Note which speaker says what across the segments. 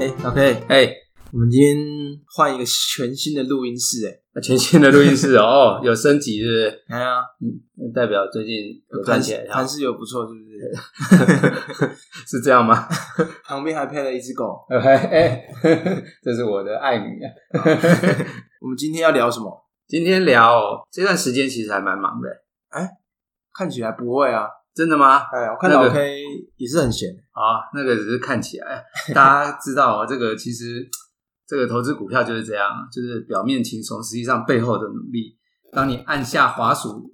Speaker 1: 哎、OK，
Speaker 2: 哎、
Speaker 1: 我们今天换一个全新的录音室、哎
Speaker 2: 全新的录音室哦，有升级是不是？
Speaker 1: 哎，哎呀，
Speaker 2: 代表最近有赚
Speaker 1: 盘
Speaker 2: 钱，然
Speaker 1: 盘
Speaker 2: 后
Speaker 1: 势有不错，是不是？
Speaker 2: 是这样吗？
Speaker 1: 旁边还配了一只狗。
Speaker 2: 哎哎， 这是我的爱女啊。
Speaker 1: 我们今天要聊什么？
Speaker 2: 哦今天聊这段时间其实还蛮忙的，哎
Speaker 1: 看起来不会啊，
Speaker 2: 真的吗？
Speaker 1: 哎，我看
Speaker 2: 那
Speaker 1: 老
Speaker 2: 个
Speaker 1: K 也是很闲，
Speaker 2: 啊，那个只是看起来，大家知道哦，这个其实这个投资股票就是这样，就是表面轻松，实际上背后的努力。当你按下滑鼠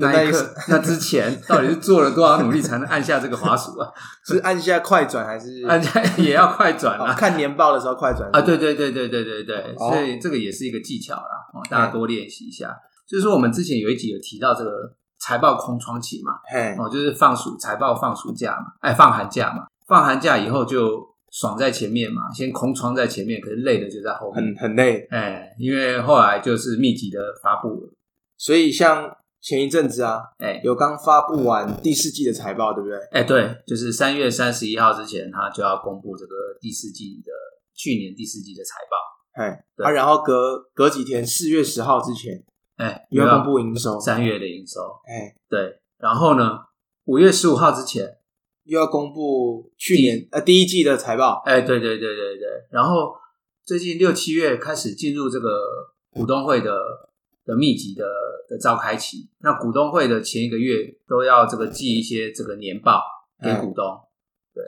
Speaker 2: 那一刻，那之前到底是做了多少努力才能按下这个滑鼠啊？
Speaker 1: 是按下快转还是
Speaker 2: 按下也要快转
Speaker 1: 哦
Speaker 2: 啊！
Speaker 1: 看年报的时候快转
Speaker 2: 啊，对对对对对对对，
Speaker 1: 哦
Speaker 2: 所以这个也是一个技巧啦，哦，大家多练习一下。就是说，我们之前有一集有提到这个财报空窗期嘛，
Speaker 1: 嘿，
Speaker 2: 哦，就是放暑财报放暑假嘛，哎，放寒假嘛，放寒假以后就爽在前面嘛，先空窗在前面，可是累的就在后面。
Speaker 1: 很很累。
Speaker 2: 哎，因为后来就是密集的发布了，
Speaker 1: 所以像前一阵子啊，
Speaker 2: 哎
Speaker 1: 有刚发布完第四季的财报，对不对？
Speaker 2: 哎，对，就是三月三十一号之前，他就要公布这个第四季的去年第四季的财报，
Speaker 1: 哎，
Speaker 2: 对
Speaker 1: 啊，然后隔隔几天，四月十号之前
Speaker 2: 哎，
Speaker 1: 又要
Speaker 2: 要
Speaker 1: 公布营收，
Speaker 2: 三月的营收，
Speaker 1: 哎，
Speaker 2: 对，然后呢，五月十五号之前，
Speaker 1: 又要公布去年呃第一季的财报，
Speaker 2: 哎，对对对对对。然后最近六七月开始进入这个股东会的的密集的的召开期，那股东会的前一个月都要这个寄一些这个年报给
Speaker 1: 嗯
Speaker 2: 股东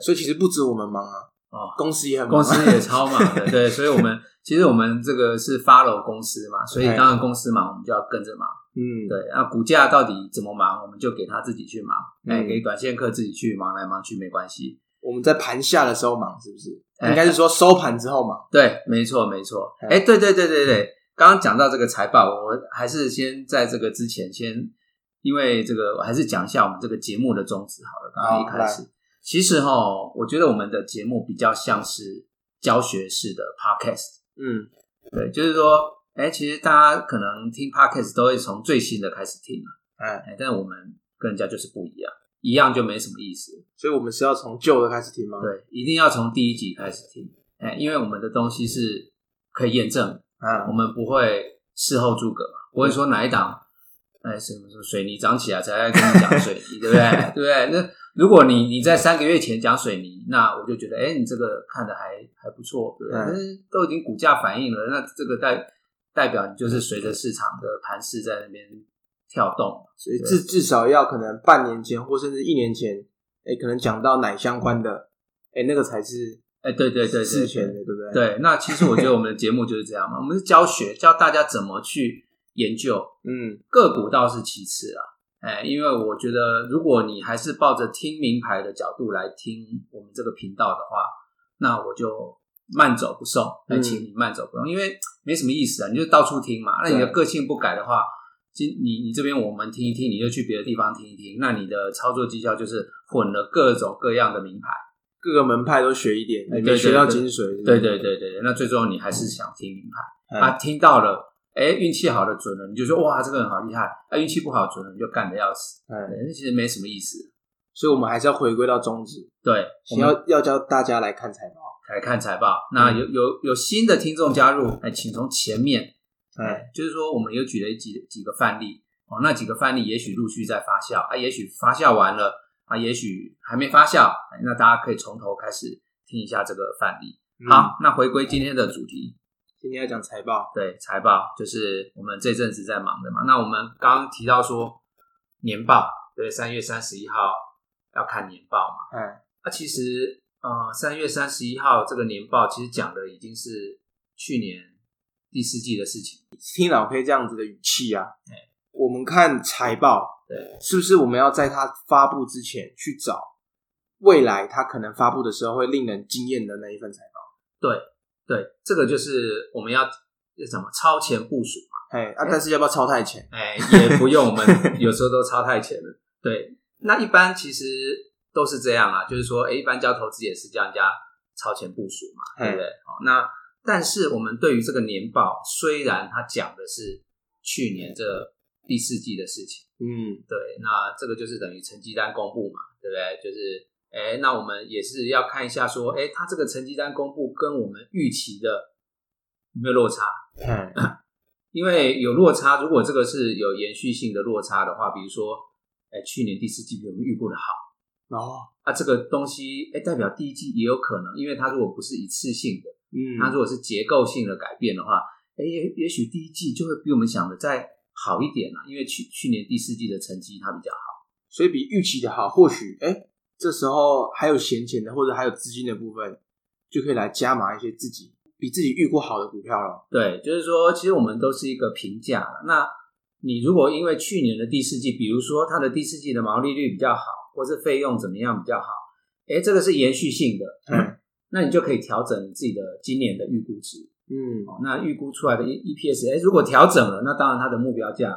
Speaker 1: 所以其实不止我们忙啊，
Speaker 2: 哦，
Speaker 1: 公司也很忙
Speaker 2: 公
Speaker 1: 啊，
Speaker 2: 司也超忙的，对，所以我们其实我们这个是 follow 公司嘛，所以
Speaker 1: 哎
Speaker 2: 当然公司忙，我们就要跟着忙。
Speaker 1: 嗯，
Speaker 2: 对，那股价到底怎么忙，我们就给他自己去忙，哎，
Speaker 1: 嗯
Speaker 2: 给短线客自己去忙来忙去没关系。
Speaker 1: 我们在盘下的时候忙，是不是？
Speaker 2: 哎
Speaker 1: 应该是说收盘之后忙。
Speaker 2: 对，没错，没错。
Speaker 1: 嗯
Speaker 2: 哎，对对对对对，刚刚讲到这个财报，我还是先在这个之前先，因为这个我还是讲一下我们这个节目的宗旨好了。刚
Speaker 1: 好
Speaker 2: 刚一开始，其实哈，我觉得我们的节目比较像是教学式的 podcast，
Speaker 1: 嗯，
Speaker 2: 对，就是说。哎，其实大家可能听 podcast 都会从最新的开始听啊，
Speaker 1: 哎，
Speaker 2: 哎，但是我们跟人家就是不一样，一样就没什么意思。
Speaker 1: 所以我们是要从旧的开始听吗？，
Speaker 2: 对，一定要从第一集开始听，哎，因为我们的东西是可以验证的，我
Speaker 1: 嗯，
Speaker 2: 们不会事后诸葛嘛，不会说哪一档哎什么什么水泥涨起来才来跟你讲水 泥，对不对？对不对？那如果你你在三个月前讲水泥，那我就觉得哎，你这个看的还还不错，对不对？
Speaker 1: 嗯
Speaker 2: 但是都已经股价反应了，那这个代代表你就是随着市场的盘势在那边跳动，
Speaker 1: 所以至至少要可能半年前或甚至一年前，哎，可能讲到奶相关的，哎，那个才是
Speaker 2: 哎，对对对对，
Speaker 1: 事前
Speaker 2: 对
Speaker 1: 的，对不对？，
Speaker 2: 对，那其实我觉得我们的节目就是这样嘛，我们是教学，教大家怎么去研究
Speaker 1: 嗯，
Speaker 2: 个股倒是其次啊，哎，因为我觉得如果你还是抱着听名牌的角度来听我们这个频道的话，那我就慢走不送，哎，
Speaker 1: 嗯
Speaker 2: 请你慢走不送，因为没什么意思啊，你就到处听嘛。那你的
Speaker 1: 对
Speaker 2: 个性不改的话，今你你这边我们听一听，你就去别的地方听一听，那你的操作绩效就是混了各种各样的名牌。
Speaker 1: 各个门派都学一点，
Speaker 2: 哎
Speaker 1: 也
Speaker 2: 对
Speaker 1: 没学到
Speaker 2: 对
Speaker 1: 精髓。是不是
Speaker 2: 对对，对对，对那最终你还是想听名牌，
Speaker 1: 嗯
Speaker 2: 啊，听到了，哎，运气好的准了，你就说哇，这个人好厉害；啊，运气不好准了，你就干的要死。
Speaker 1: 嗯，
Speaker 2: 对，那其实没什么意思。
Speaker 1: 所以我们还是要回归到宗旨，
Speaker 2: 对，我们
Speaker 1: 要要教大家来看财报。哎
Speaker 2: 来看财报。那有有有新的听众加入，哎，请从前面，
Speaker 1: 哎，
Speaker 2: 就是说我们有举了几几个范例哦，那几个范例也许陆续在发酵啊，也许发酵完了啊，也许还没发酵，哎那大家可以从头开始听一下这个范例。
Speaker 1: 嗯，
Speaker 2: 好，那回归今天的主题，
Speaker 1: 今天要讲财报，
Speaker 2: 对，财报就是我们这阵子在忙的嘛。那我们刚刚提到说年报，对，三月三十一号要看年报嘛。
Speaker 1: 哎，
Speaker 2: 那、其实呃，三月三十一号这个年报其实讲的已经是去年第四季的事情。
Speaker 1: 听老 K 这样子的语气啊，我们看财报，
Speaker 2: 嗯对，
Speaker 1: 是不是我们要在它发布之前去找未来它可能发布的时候会令人惊艳的那一份财报？
Speaker 2: 对，这个就是我们要要怎么超前部署嘛。
Speaker 1: 哎，啊，但是要不要超太前？
Speaker 2: 哎，也不用我们有时候都超太前了。对，那一般其实都是这样啊，就是说，哎，一般教投资也是叫人家超前部署嘛，
Speaker 1: 嗯
Speaker 2: 对不对？哦，那但是我们对于这个年报，虽然它讲的是去年这第四季的事情，
Speaker 1: 嗯，
Speaker 2: 对，那这个就是等于成绩单公布嘛，对不对？就是哎，那我们也是要看一下说，哎，它这个成绩单公布跟我们预期的有没有落差？
Speaker 1: 嗯
Speaker 2: 因为有落差，如果这个是有延续性的落差的话，比如说，哎，去年第四季比我们预估的好，
Speaker 1: 哦，
Speaker 2: 啊，这个东西，哎，代表第一季也有可能，因为它如果不是一次性的，
Speaker 1: 嗯，
Speaker 2: 它如果是结构性的改变的话，哎，也也许第一季就会比我们想的再好一点啦、因为去去年第四季的成绩它比较好。
Speaker 1: 所以比预期的好，或许哎、诶这时候还有闲钱的，或者还有资金的部分，就可以来加码一些自己比自己预估好的股票了。
Speaker 2: 对，就是说，其实我们都是一个评价啦。那你如果因为去年的第四季，比如说它的第四季的毛利率比较好，或是费用怎么样比较好，哎，这个是延续性的，
Speaker 1: 嗯
Speaker 2: 那你就可以调整你自己的今年的预估值。
Speaker 1: 嗯，
Speaker 2: 哦那预估出来的 E E P S，哎，如果调整了，那当然它的目标价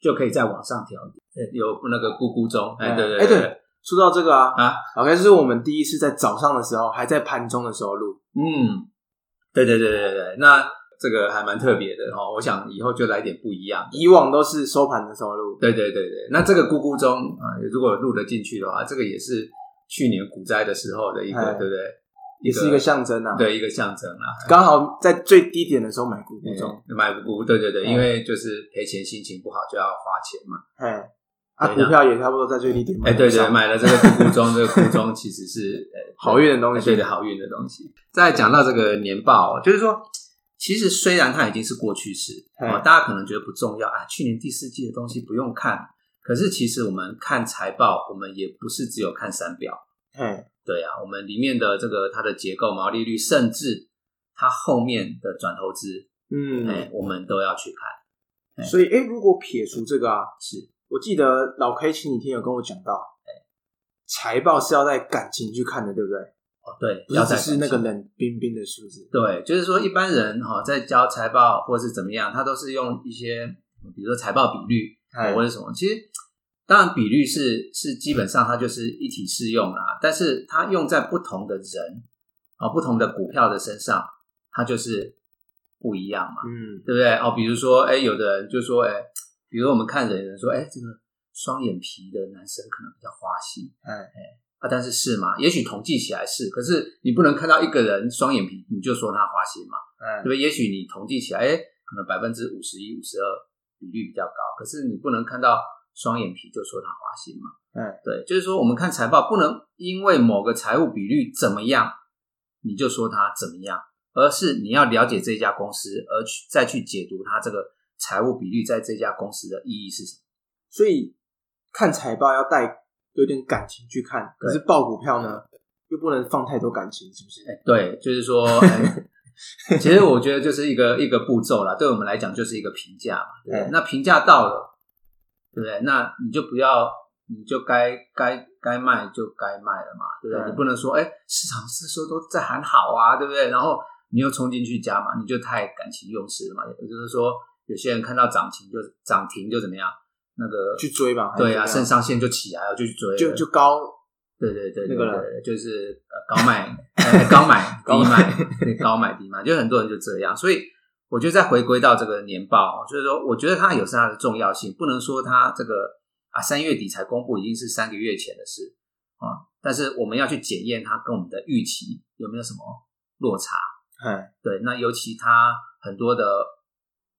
Speaker 2: 就可以再往上调，诶呃有那个咕咕钟，哎，对对
Speaker 1: 哎
Speaker 2: 对
Speaker 1: 对，说到这个啊，
Speaker 2: 啊，
Speaker 1: 老开是我们第一次在早上的时候，还在盘中的时候录。
Speaker 2: 嗯，对对对对对，那这个还蛮特别的哦，我想以后就来点不一样。
Speaker 1: 以往都是收盘的时候录，
Speaker 2: 对对对对，那这个咕咕钟啊，如果录得进去的话，这个也是去年股灾的时候的一个，
Speaker 1: 哎
Speaker 2: 对不对？
Speaker 1: 也是一个象征啊。，
Speaker 2: 对一个象征啦。
Speaker 1: 刚好在最低点的时候买股股中，
Speaker 2: 哎买咕咕，对对对，
Speaker 1: 哎
Speaker 2: 因为就是赔钱，心情不好就要花钱嘛。
Speaker 1: 哎，啊，
Speaker 2: 对的
Speaker 1: 股票也差不多在最低点买
Speaker 2: 哎，
Speaker 1: 上。
Speaker 2: 对对，买了这个咕咕钟，这个咕咕钟其 实是呃
Speaker 1: 好运的东西
Speaker 2: 对的好运的东西。再讲到这个年报，哦就是说，其实虽然它已经是过去式
Speaker 1: 嗯
Speaker 2: 啊，大家可能觉得不重要啊，去年第四季的东西不用看。可是其实我们看财报，我们也不是只有看三表，
Speaker 1: 哎，
Speaker 2: 对啊，我们里面的这个它的结构、毛利率，甚至它后面的转投资，哎、
Speaker 1: 嗯，
Speaker 2: 我们都要去看。哎
Speaker 1: 所以哎，如果撇除这个啊，
Speaker 2: 是
Speaker 1: 我记得老 K 前几天有跟我讲到，财报是要带感情去看的，对不对？
Speaker 2: 哦，对，
Speaker 1: 不
Speaker 2: 要
Speaker 1: 是只
Speaker 2: 再
Speaker 1: 是那个
Speaker 2: 感谢
Speaker 1: 冷冰冰的数字。
Speaker 2: 对，就是说一般人哈、在交财报或是怎么样，他都是用一些比如说财报比率、
Speaker 1: 哎
Speaker 2: 或者什么，其实。当然，比率是是基本上它就是一体适用啦，但是它用在不同的人啊、不同的股票的身上，它就是不一样嘛。
Speaker 1: 嗯，
Speaker 2: 对不对？哦，比如说，哎，有的人就说，哎，比如说我们看人，有人说，哎，这个双眼皮的男生可能比较花心
Speaker 1: 哎，
Speaker 2: 啊，但是是吗？也许统计起来是，可是你不能看到一个人双眼皮你就说他花心嘛，
Speaker 1: 哎
Speaker 2: 对不，对？也许你统计起来，哎，可能百分之五十一、五十二比率比较高，可是你不能看到双眼皮就说他花心嘛，
Speaker 1: 嗯，
Speaker 2: 对，就是说我们看财报不能因为某个财务比率怎么样，你就说它怎么样，而是你要了解这家公司，而去再去解读它这个财务比率在这家公司的意义是什么。
Speaker 1: 所以看财报要带有点感情去看，可
Speaker 2: 对
Speaker 1: 是报股票呢，又不能放太多感情，是不是？
Speaker 2: 哎，对，就是说，哎 其实我觉得就是一个一个步骤啦，对我们来讲就是一个评价嘛，对不对
Speaker 1: 嗯
Speaker 2: 那评价到了，对不对？那你就不要，你就该该该卖就该卖了嘛，对不对？
Speaker 1: 嗯
Speaker 2: 你不能说，哎，市场是说都在喊好啊，对不对？然后你又冲进去加嘛，你就太感情用事了嘛。也就是说，有些人看到涨停就涨停就怎么样，那个
Speaker 1: 去追吧，还是
Speaker 2: 对啊，
Speaker 1: 怎
Speaker 2: 肾
Speaker 1: 么样
Speaker 2: 上腺就起来了，就去追了，
Speaker 1: 就就高，
Speaker 2: 对对对，对
Speaker 1: 那个
Speaker 2: 对
Speaker 1: 了
Speaker 2: 对就是呃高买、呃高 买
Speaker 1: 高买
Speaker 2: 低买，对高买低买，就很多人就这样。所以我觉得再回归到这个年报，就是说，我觉得它有是它的重要性，不能说它这个啊三月底才公布，已经是三个月前的事啊。但是我们要去检验它跟我们的预期有没有什么落差。
Speaker 1: 哎，
Speaker 2: 对，那尤其它很多的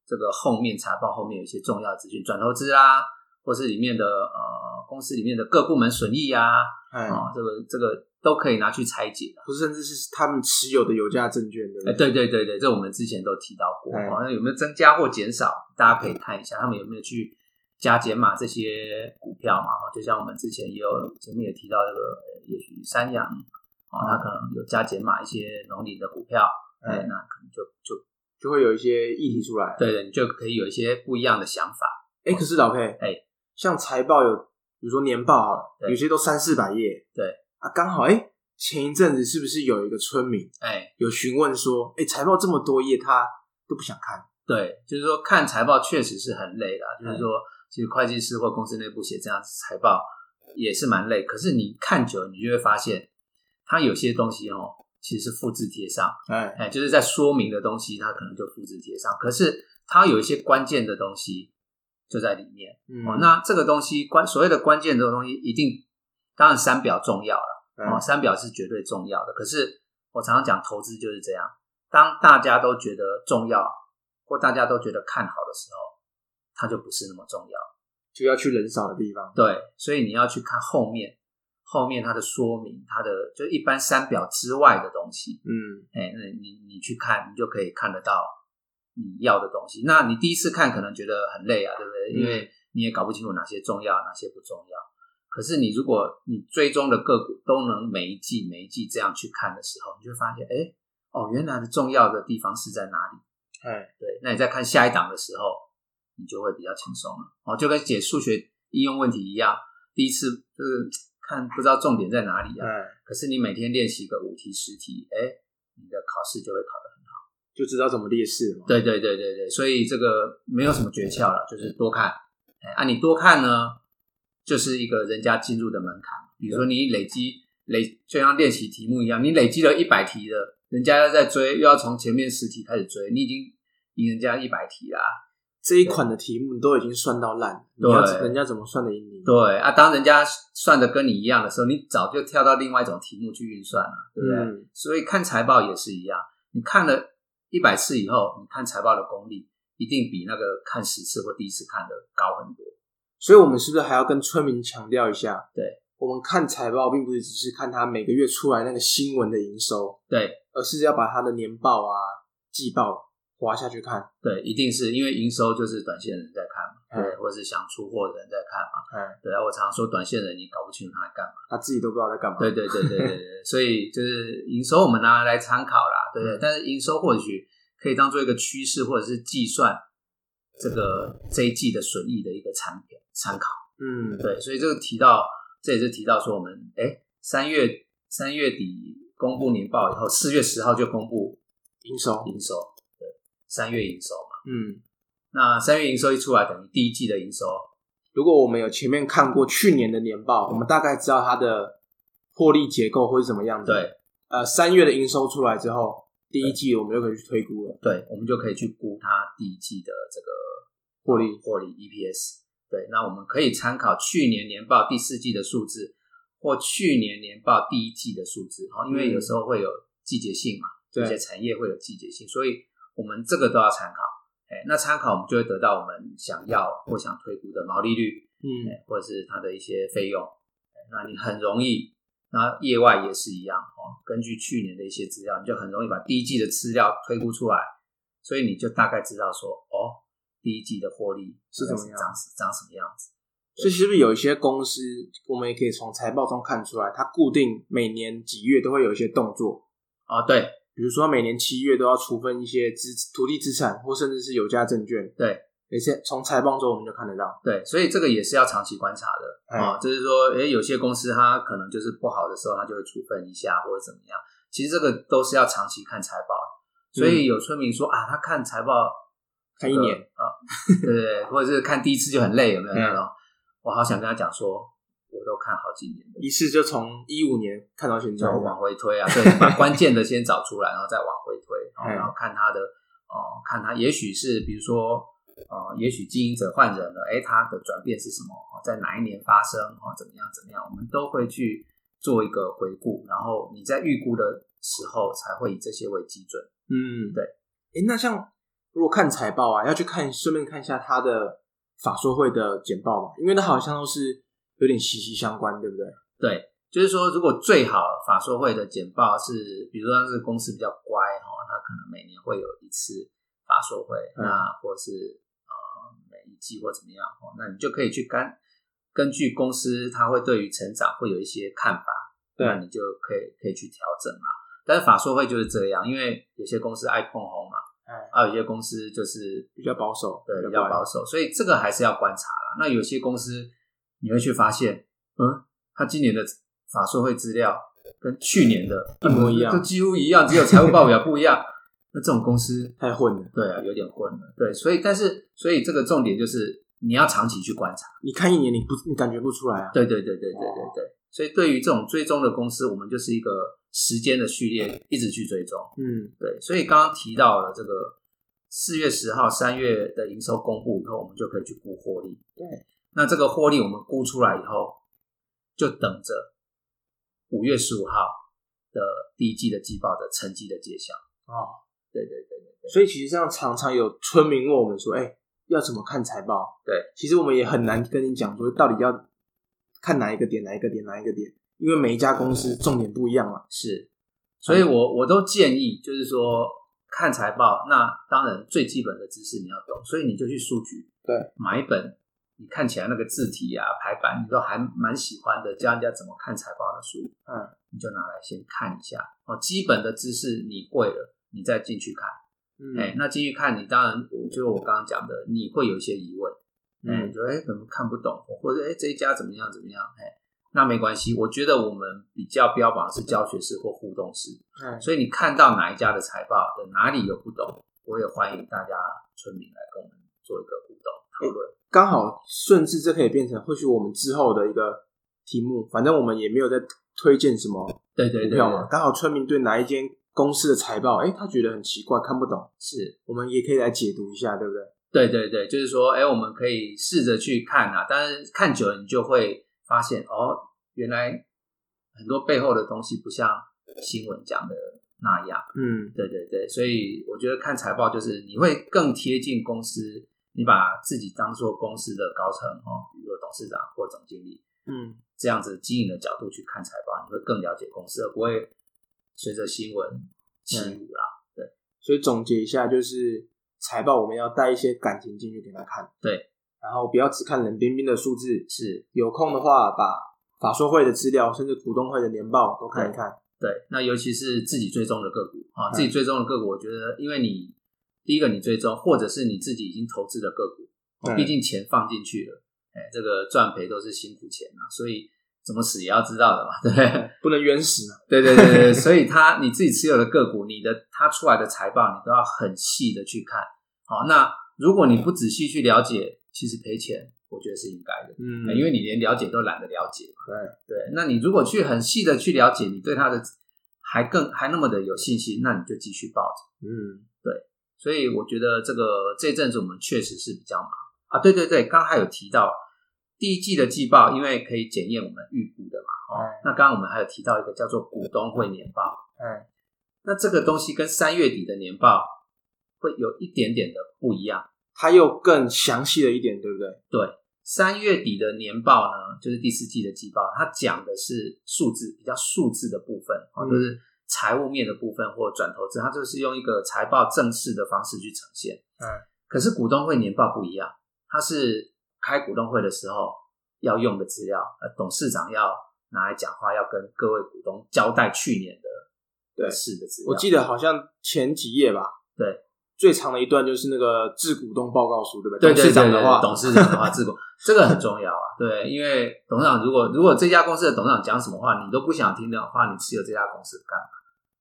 Speaker 2: 这个后面财报后面有一些重要资讯，转投资啊，或是里面的呃公司里面的各部门损益啊。
Speaker 1: 哎，
Speaker 2: 啊、这个这个都可以拿去拆解的。
Speaker 1: 不是，甚至是他们持有的有价证券，对不
Speaker 2: 哎，
Speaker 1: 对？
Speaker 2: 对对对对，这我们之前都提到过，
Speaker 1: 嗯
Speaker 2: 好像有没有增加或减少，大家可以看一下他们有没有去加减码这些股票嘛。哦就像我们之前也有前面也提到这个，呃也许三洋啊，它可能有加减码一些农林的股票，哎、
Speaker 1: 哎，
Speaker 2: 那可能就就
Speaker 1: 就会有一些议题出来。
Speaker 2: 对对，你就可以有一些不一样的想法。
Speaker 1: 哎，可是老 K，
Speaker 2: 哎，
Speaker 1: 像财报有，比如说年报好了，
Speaker 2: 对
Speaker 1: 有些都三四百页，
Speaker 2: 对
Speaker 1: 啊，刚好哎，前一阵子是不是有一个村民
Speaker 2: 哎，
Speaker 1: 有询问说，哎，财报这么多页，他都不想看，
Speaker 2: 对，就是说看财报确实是很累的啊，
Speaker 1: 嗯
Speaker 2: 就是说其实会计师或公司内部写这样子财报也是蛮累，可是你看久了，你就会发现它有些东西哦，其实是复制贴上，
Speaker 1: 哎，
Speaker 2: 哎，就是在说明的东西，它可能就复制贴上，可是它有一些关键的东西就在里面。哦
Speaker 1: 嗯
Speaker 2: 哦，那这个东西关所谓的关键这个东西，一定当然三表重要了，
Speaker 1: 嗯
Speaker 2: 哦，三表是绝对重要的。可是我常常讲，投资就是这样，当大家都觉得重要，或大家都觉得看好的时候，它就不是那么重要。
Speaker 1: 就要去人少的地方。
Speaker 2: 对，所以你要去看后面，后面它的说明，它的就一般三表之外的东西，
Speaker 1: 嗯，
Speaker 2: 哎，那你你去看，你就可以看得到你要的东西。那你第一次看可能觉得很累啊，对不
Speaker 1: 嗯
Speaker 2: 对？因为你也搞不清楚哪些重要，哪些不重要。可是你如果你追踪的个股都能每一季每一季这样去看的时候，你就会发现，哎，哦，原来的重要的地方是在哪里？
Speaker 1: 哎，
Speaker 2: 对，那你在看下一档的时候，你就会比较轻松了。哦，就跟解数学应用问题一样，第一次就是看不知道重点在哪里啊，
Speaker 1: 哎，
Speaker 2: 可是你每天练习个五题十题，哎，你的考试就会考得很好。
Speaker 1: 就知道怎么劣势嘛。
Speaker 2: 对对对对对，所以这个没有什么诀窍了，就是多看。哎，啊，你多看呢，就是一个人家进入的门槛。比如说你累积累，就像练习题目一样，你累积了一百题了，人家要在追，又要从前面十题开始追，你已经赢人家一百题啦、
Speaker 1: 这一款的题目你都已经算到烂，你
Speaker 2: 对
Speaker 1: 要人家怎么算的赢你？
Speaker 2: 对啊，当人家算的跟你一样的时候，你早就跳到另外一种题目去运算了，对不对？
Speaker 1: 嗯
Speaker 2: 所以看财报也是一样，你看了一百次以后，你看财报的功力一定比那个看十次或第一次看的高很多。
Speaker 1: 所以我们是不是还要跟村民强调一下？
Speaker 2: 对，
Speaker 1: 我们看财报并不是只是看它每个月出来那个新闻的营收，
Speaker 2: 对
Speaker 1: 而是要把它的年报啊、季报划下去看。
Speaker 2: 对，一定是因为营收就是短线人在看嘛，对，或者是想出货的人在看嘛，
Speaker 1: 哎，
Speaker 2: 对啊。我常说短线人你搞不清楚他在干嘛，
Speaker 1: 他自己都不知道在干嘛。
Speaker 2: 对对对对对对，所以就是营收我们拿来参考啦，对不对？但是营收或许可以当做一个趋势，或者是计算这个这一季的损益的一个参参考。
Speaker 1: 嗯，
Speaker 2: 对，所以这个提到，这也是提到说我们哎三月三月底公布年报以后，四月十号就公布
Speaker 1: 营收，
Speaker 2: 营收，对，三月营收嘛。
Speaker 1: 嗯，
Speaker 2: 那三月营收一出来，等于第一季的营收，
Speaker 1: 如果我们有前面看过去年的年报，我们大概知道它的获利结构会是怎么样的。，
Speaker 2: 对
Speaker 1: 呃，三月的营收出来之后，第一季我们就可以去推估了
Speaker 2: 对，我们就可以去估它第一季的这个
Speaker 1: 获利。
Speaker 2: 获利 EPS。对，那我们可以参考去年年报第四季的数字，或去年年报第一季的数字，哦，因为有时候会有季节性嘛，
Speaker 1: 对
Speaker 2: 有些产业会有季节性，所以我们这个都要参考。哎，那参考我们就会得到我们想要或想推估的毛利率，
Speaker 1: 嗯，
Speaker 2: 哎，或者是它的一些费用。哎那你很容易，那业外也是一样哦，根据去年的一些资料，你就很容易把第一季的资料推估出来，所以你就大概知道说，哦，第一季的获利
Speaker 1: 是怎么样
Speaker 2: 大概长长什么样子。
Speaker 1: 所以是不是有一些公司，我们也可以从财报中看出来，它固定每年几月都会有一些动作，
Speaker 2: 哦，对
Speaker 1: 比如说每年七月都要处分一些资土地资产，或甚至是有价证券，
Speaker 2: 对，
Speaker 1: 而且从财报中我们就看得到。
Speaker 2: 对，所以这个也是要长期观察的
Speaker 1: 嗯
Speaker 2: 啊、哦就是说，诶，有些公司它可能就是不好的时候，它就会处分一下或者怎么样。其实这个都是要长期看财报。所以有村民说、啊，他看财报
Speaker 1: 嗯看一年嗯
Speaker 2: 啊，对对对，或者是看第一次就很累，有没有那种？我好想跟他讲说，我都看好几年了，
Speaker 1: 一次就从一五年看到现在
Speaker 2: 就，往回推啊，对，把关键的先找出来，然后再往回推，然后
Speaker 1: 嗯
Speaker 2: 然后看他的哦、看他也许是比如说呃，也许经营者换人了，哎，他的转变是什么？哦在哪一年发生？哦，怎么样怎么样？我们都会去做一个回顾，然后你在预估的时候才会以这些为基准。
Speaker 1: 嗯，
Speaker 2: 对。
Speaker 1: 诶，那像如果看财报啊，要去看顺便看一下它的法说会的简报嘛，因为它好像都是有点息息相关，对不对？
Speaker 2: 对，就是说，如果最好法说会的简报是，比如说这个公司比较乖哈、哦，它可能每年会有一次法说会，
Speaker 1: 嗯
Speaker 2: 那或是呃每一季或怎么样哦，那你就可以去根根据公司它会对于成长会有一些看法，
Speaker 1: 对
Speaker 2: 那你就可以可以去调整嘛。但是法说会就是这样，因为有些公司爱碰红嘛，
Speaker 1: 哎，
Speaker 2: 啊，有些公司就是
Speaker 1: 比较保守，
Speaker 2: 对，比较保守，所以这个还是要观察啦。那有些公司你会去发现，嗯，他今年的法说会资料跟去年的
Speaker 1: 一模一样
Speaker 2: 都几乎一样，只有财务报表不一样。 那这种公司，
Speaker 1: 太混了。
Speaker 2: 对啊，有点混了。对，所以但是所以这个重点就是你要长期去观察。
Speaker 1: 你看一年，你不你感觉不出来啊？
Speaker 2: 对对对对对对对。所以对于这种追踪的公司，我们就是一个时间的序列，一直去追踪。
Speaker 1: 嗯，
Speaker 2: 对，所以刚刚提到了这个四月十号、三月的营收公布以后，我们就可以去估获利。
Speaker 1: 对，
Speaker 2: 那这个获利我们估出来以后，就等着五月十五号的第一季的季报的成绩的揭晓。
Speaker 1: 哦，
Speaker 2: 对对对对对，
Speaker 1: 所以其实像常常有村民问我们说，哎、要怎么看财报？
Speaker 2: 对，
Speaker 1: 其实我们也很难跟你讲说到底要看哪一个点，哪一个点，哪一个点，因为每一家公司重点不一样嘛。
Speaker 2: 是，所
Speaker 1: 嗯
Speaker 2: 以我我都建议就是说看财报，那当然最基本的知识你要懂，所以你就去书局
Speaker 1: 对
Speaker 2: 买一本。你看起来那个字体啊、排版，你都还蛮喜欢的，教人家怎么看财报的书，
Speaker 1: 嗯，
Speaker 2: 你就拿来先看一下哦。基本的知识你会了，你再进去看。
Speaker 1: 嗯
Speaker 2: 哎、那进去看你，当然就是我刚刚讲的，你会有一些疑问，哎、
Speaker 1: 嗯
Speaker 2: 觉得哎怎么看不懂，或者哎这一家怎么样怎么样，哎，那没关系，我觉得我们比较标榜是教学式或互动式，
Speaker 1: 嗯，
Speaker 2: 所以你看到哪一家的财报的哪里有不懂，我也欢迎大家村民来跟我们做一个互动讨论。
Speaker 1: 刚好顺势这可以变成或许我们之后的一个题目，反正我们也没有在推荐什么股
Speaker 2: 对对对
Speaker 1: 票嘛，刚好村民对哪一间公司的财报，哎、他觉得很奇怪，看不懂，
Speaker 2: 是，
Speaker 1: 我们也可以来解读一下，对不对？
Speaker 2: 对对对，就是说，哎，我们可以试着去看啊，但是看久了你就会发现，哦，原来很多背后的东西不像新闻讲的那样。
Speaker 1: 嗯，
Speaker 2: 对对对，所以我觉得看财报就是你会更贴近公司，你把自己当做公司的高层哦，比如说董事长或总经理
Speaker 1: 嗯，
Speaker 2: 这样子经营的角度去看财报，你会更了解公司，而不会随着新闻起舞啦。
Speaker 1: 所以总结一下就是财报我们要带一些感情进去给他看，
Speaker 2: 对，
Speaker 1: 然后不要只看冷冰冰的数字，
Speaker 2: 是
Speaker 1: 有空的话把法说会的资料，甚至股东会的年报都看一看，
Speaker 2: 对，那尤其是自己追踪的个股啊，
Speaker 1: 嗯
Speaker 2: 自己追踪的个股，我觉得因为你第一个你追踪，或者是你自己已经投资的个股，哦
Speaker 1: 对
Speaker 2: 毕竟钱放进去了，哎，这个赚赔都是辛苦钱啊，所以怎么死也要知道的嘛，对不对？
Speaker 1: 不能冤死嘛。
Speaker 2: 对对对对对，所以它你自己持有的个股，你的它出来的财报，你都要很细的去看。好，那如果你不仔细去了解，其实赔钱，我觉得是应该的。
Speaker 1: 嗯
Speaker 2: 因为你连了解都懒得了解嘛。
Speaker 1: 对
Speaker 2: 对，那你如果去很细的去了解，你对它的还更还那么的有信心，那你就继续抱着。
Speaker 1: 嗯，
Speaker 2: 所以我觉得这个这一阵子我们确实是比较忙啊。对对对，刚刚还有提到第一季的季报，因为可以检验我们预估的嘛。哦，
Speaker 1: 嗯
Speaker 2: 那刚刚我们还有提到一个叫做股东会年报，
Speaker 1: 嗯，
Speaker 2: 那这个东西跟三月底的年报会有一点点的不一样。
Speaker 1: 它又更详细了一点，对不
Speaker 2: 啊
Speaker 1: 对？
Speaker 2: 三月底的年报呢，就是第四季的季报，它讲的是数字，比较数字的部分，哦，
Speaker 1: 嗯
Speaker 2: 就是财务面的部分或转投资，它就是用一个财报正式的方式去呈现。
Speaker 1: 嗯，
Speaker 2: 可是股东会年报不一样，它是开股东会的时候要用的资料，呃，董事长要拿来讲话，要跟各位股东交代去年的
Speaker 1: 对
Speaker 2: 事的资料。
Speaker 1: 我记得好像前几页吧，
Speaker 2: 对，
Speaker 1: 最长的一段就是那个致股东报告书，对不
Speaker 2: 对
Speaker 1: 董
Speaker 2: 对
Speaker 1: 事
Speaker 2: 对
Speaker 1: 长
Speaker 2: 对
Speaker 1: 的话，
Speaker 2: 董事长的话，这个 这个很重要啊。对，因为董事长如果如果这家公司的董事长讲什么话你都不想听的话，你持有这家公司干嘛？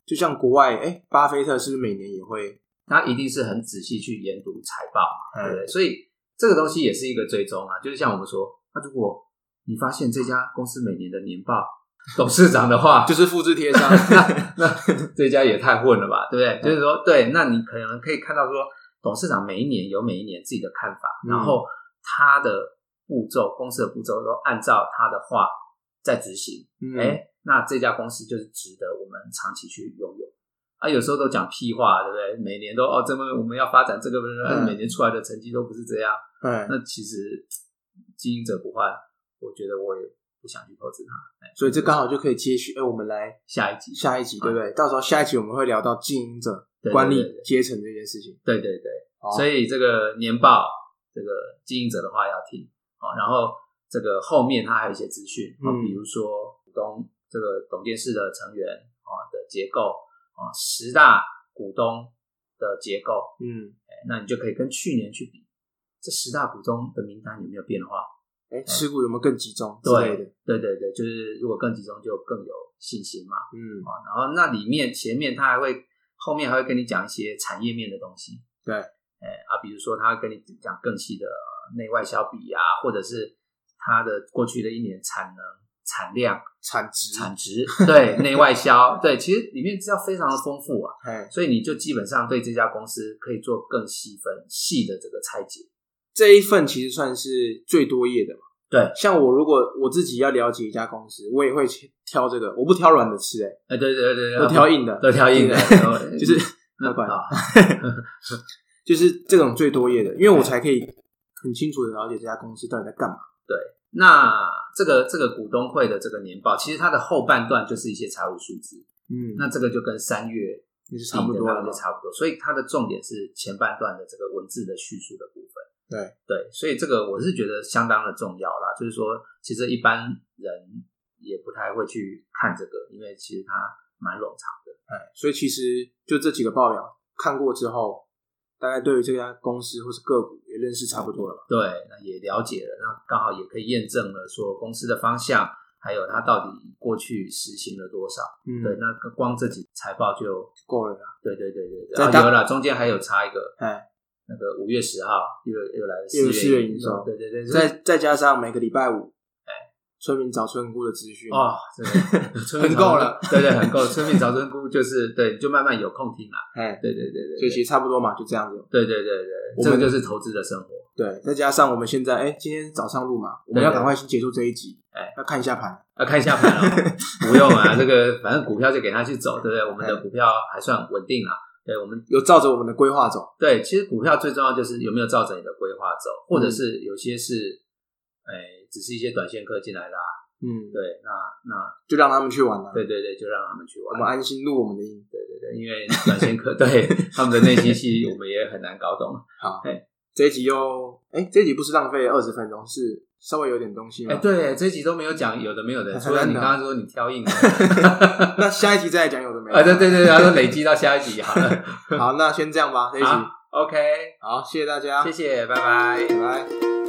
Speaker 1: 就像国外，哎，巴菲特是不是每年也会？
Speaker 2: 他一定是很仔细去研读财报嘛，对不
Speaker 1: 嗯
Speaker 2: 对？所以这个东西也是一个追踪啊。就是像我们说，那如果你发现这家公司每年的年报董事长的话，
Speaker 1: 就是复制贴上，
Speaker 2: 那那这家也太混了吧，对
Speaker 1: 嗯
Speaker 2: 不对？就是说，对，那你可能可以看到说，董事长每一年有每一年自己的看法，
Speaker 1: 嗯
Speaker 2: 然后他的步骤，公司的步骤都按照他的话在执行。
Speaker 1: 嗯
Speaker 2: 哎、那这家公司就是值得我们长期去拥有。啊，有时候都讲屁话，对不对？每年都哦，这么我们要发展这个，
Speaker 1: 嗯
Speaker 2: 每年出来的成绩都不是这样。
Speaker 1: 嗯，
Speaker 2: 那其实经营者不换，我觉得我也不想去投资它。
Speaker 1: 所以这刚好就可以接续，哎，我们来
Speaker 2: 下一集，
Speaker 1: 下一集，对不对？到时候下一集我们会聊到经营者
Speaker 2: 啊对对
Speaker 1: 管
Speaker 2: 对对
Speaker 1: 理阶层这件事情，
Speaker 2: 对对对。
Speaker 1: 好
Speaker 2: 所以这个年报，这个经营者的话要听哦。然后这个后面它还有一些资讯哦，
Speaker 1: 嗯
Speaker 2: 比如说股东这个董监事的成员哦的结构哦，十大股东的结构，
Speaker 1: 嗯，
Speaker 2: 哎那你就可以跟去年去比，这十大股东的名单有没有变化？
Speaker 1: 哎，持股有没有更集中之类的？
Speaker 2: 对对对对，就是如果更集中就更有信心嘛。
Speaker 1: 嗯，
Speaker 2: 啊，然后那里面前面他还会后面还会跟你讲一些产业面的东西，
Speaker 1: 对
Speaker 2: 哎啊，比如说他会跟你讲更细的呃内外销比啊，或者是它的过去的一年产能、产量、
Speaker 1: 产值，
Speaker 2: 产值，对内外销，对，其实里面资料非常的丰富啊，
Speaker 1: 哎，
Speaker 2: 所以你就基本上对这家公司可以做更细分细的这个拆解。
Speaker 1: 这一份其实算是最多页的嘛，
Speaker 2: 对，
Speaker 1: 像我如果我自己要了解一家公司，我也会挑这个，我不挑软的吃、欸，哎，
Speaker 2: 哎，对对对，
Speaker 1: 我挑硬的，
Speaker 2: 都挑硬的，嗯
Speaker 1: 就是老板，
Speaker 2: 啊
Speaker 1: 就是这种最多页的，因为我才可以很清楚的了解这家公司到底在干嘛。
Speaker 2: 对，那这个这个股东会的这个年报，其实它的后半段就是一些财务数字，
Speaker 1: 嗯，
Speaker 2: 那这个就跟三月
Speaker 1: 也是差不多，
Speaker 2: 就差不多，所以它的重点是前半段的这个文字的叙述的部分。
Speaker 1: 对
Speaker 2: 对，所以这个我是觉得相当的重要啦。就是说，其实一般人也不太会去看这个，因为其实它蛮冗长的。
Speaker 1: 哎，所以其实就这几个报表看过之后，大概对于这家公司或是个股也认识差不多了吧？
Speaker 2: 对，那也了解了，那刚好也可以验证了说公司的方向，还有它到底过去实行了多少。
Speaker 1: 嗯
Speaker 2: 对，那光这几财报就
Speaker 1: 够了啦。
Speaker 2: 对对对对对，
Speaker 1: 再
Speaker 2: 啊
Speaker 1: 搭
Speaker 2: 有了，中间还有差一个
Speaker 1: 哎，
Speaker 2: 那个五月十号又又来了
Speaker 1: 又有
Speaker 2: 四
Speaker 1: 四月
Speaker 2: 营
Speaker 1: 营收
Speaker 2: 对对对，所以
Speaker 1: 再再加上每个礼拜五，哎，村民找村姑的资讯，
Speaker 2: 哦，真的村 民
Speaker 1: 很够
Speaker 2: 早
Speaker 1: 了
Speaker 2: 春，对对，很够。村民早春菇就是对，你就慢慢有空听啦。
Speaker 1: 哎，
Speaker 2: 对对对对，
Speaker 1: 所以其实差不多嘛，就这样子。
Speaker 2: 对对对对，
Speaker 1: 我
Speaker 2: 这
Speaker 1: 们
Speaker 2: 个就是投资的生活。
Speaker 1: 对，再加上我们现在，哎，今天早上录嘛，我们
Speaker 2: 对
Speaker 1: 要
Speaker 2: 对
Speaker 1: 赶快先结束这一集，
Speaker 2: 哎，
Speaker 1: 要看一下盘。
Speaker 2: 要看一下盘 哦，不用啊，这个反正股票就给它去走，对不对？我
Speaker 1: 哎
Speaker 2: 们的股票还算稳定啦。对，我们
Speaker 1: 有照着我们的规划走，
Speaker 2: 对，其实股票最重要就是有没有照着你的规划走，或者是
Speaker 1: 嗯
Speaker 2: 有些是，哎，只是一些短线客进来啦。
Speaker 1: 嗯，
Speaker 2: 对，那那
Speaker 1: 就让他们去玩了，
Speaker 2: 对对对，就让他们去
Speaker 1: 我
Speaker 2: 玩
Speaker 1: 们。安心录我们的音。
Speaker 2: 对对对，因为短线客 对他们的内心戏，我们也很难搞懂。
Speaker 1: 好
Speaker 2: 哎，
Speaker 1: 这一集又哎，这一集不是浪费二十分钟，是稍微有点东西嘛
Speaker 2: 哎，。对，这一集都没有讲有的没有的，
Speaker 1: 很
Speaker 2: 除了
Speaker 1: 难
Speaker 2: 你
Speaker 1: 的
Speaker 2: 刚刚说你挑硬的，
Speaker 1: 那下一集再来讲有的没有。
Speaker 2: 啊，对对对，然后累积到下一集好了。
Speaker 1: 好，那先这样吧，这一集。
Speaker 2: 好，OK，
Speaker 1: 好，谢谢大家，
Speaker 2: 谢谢，拜拜。
Speaker 1: 拜拜。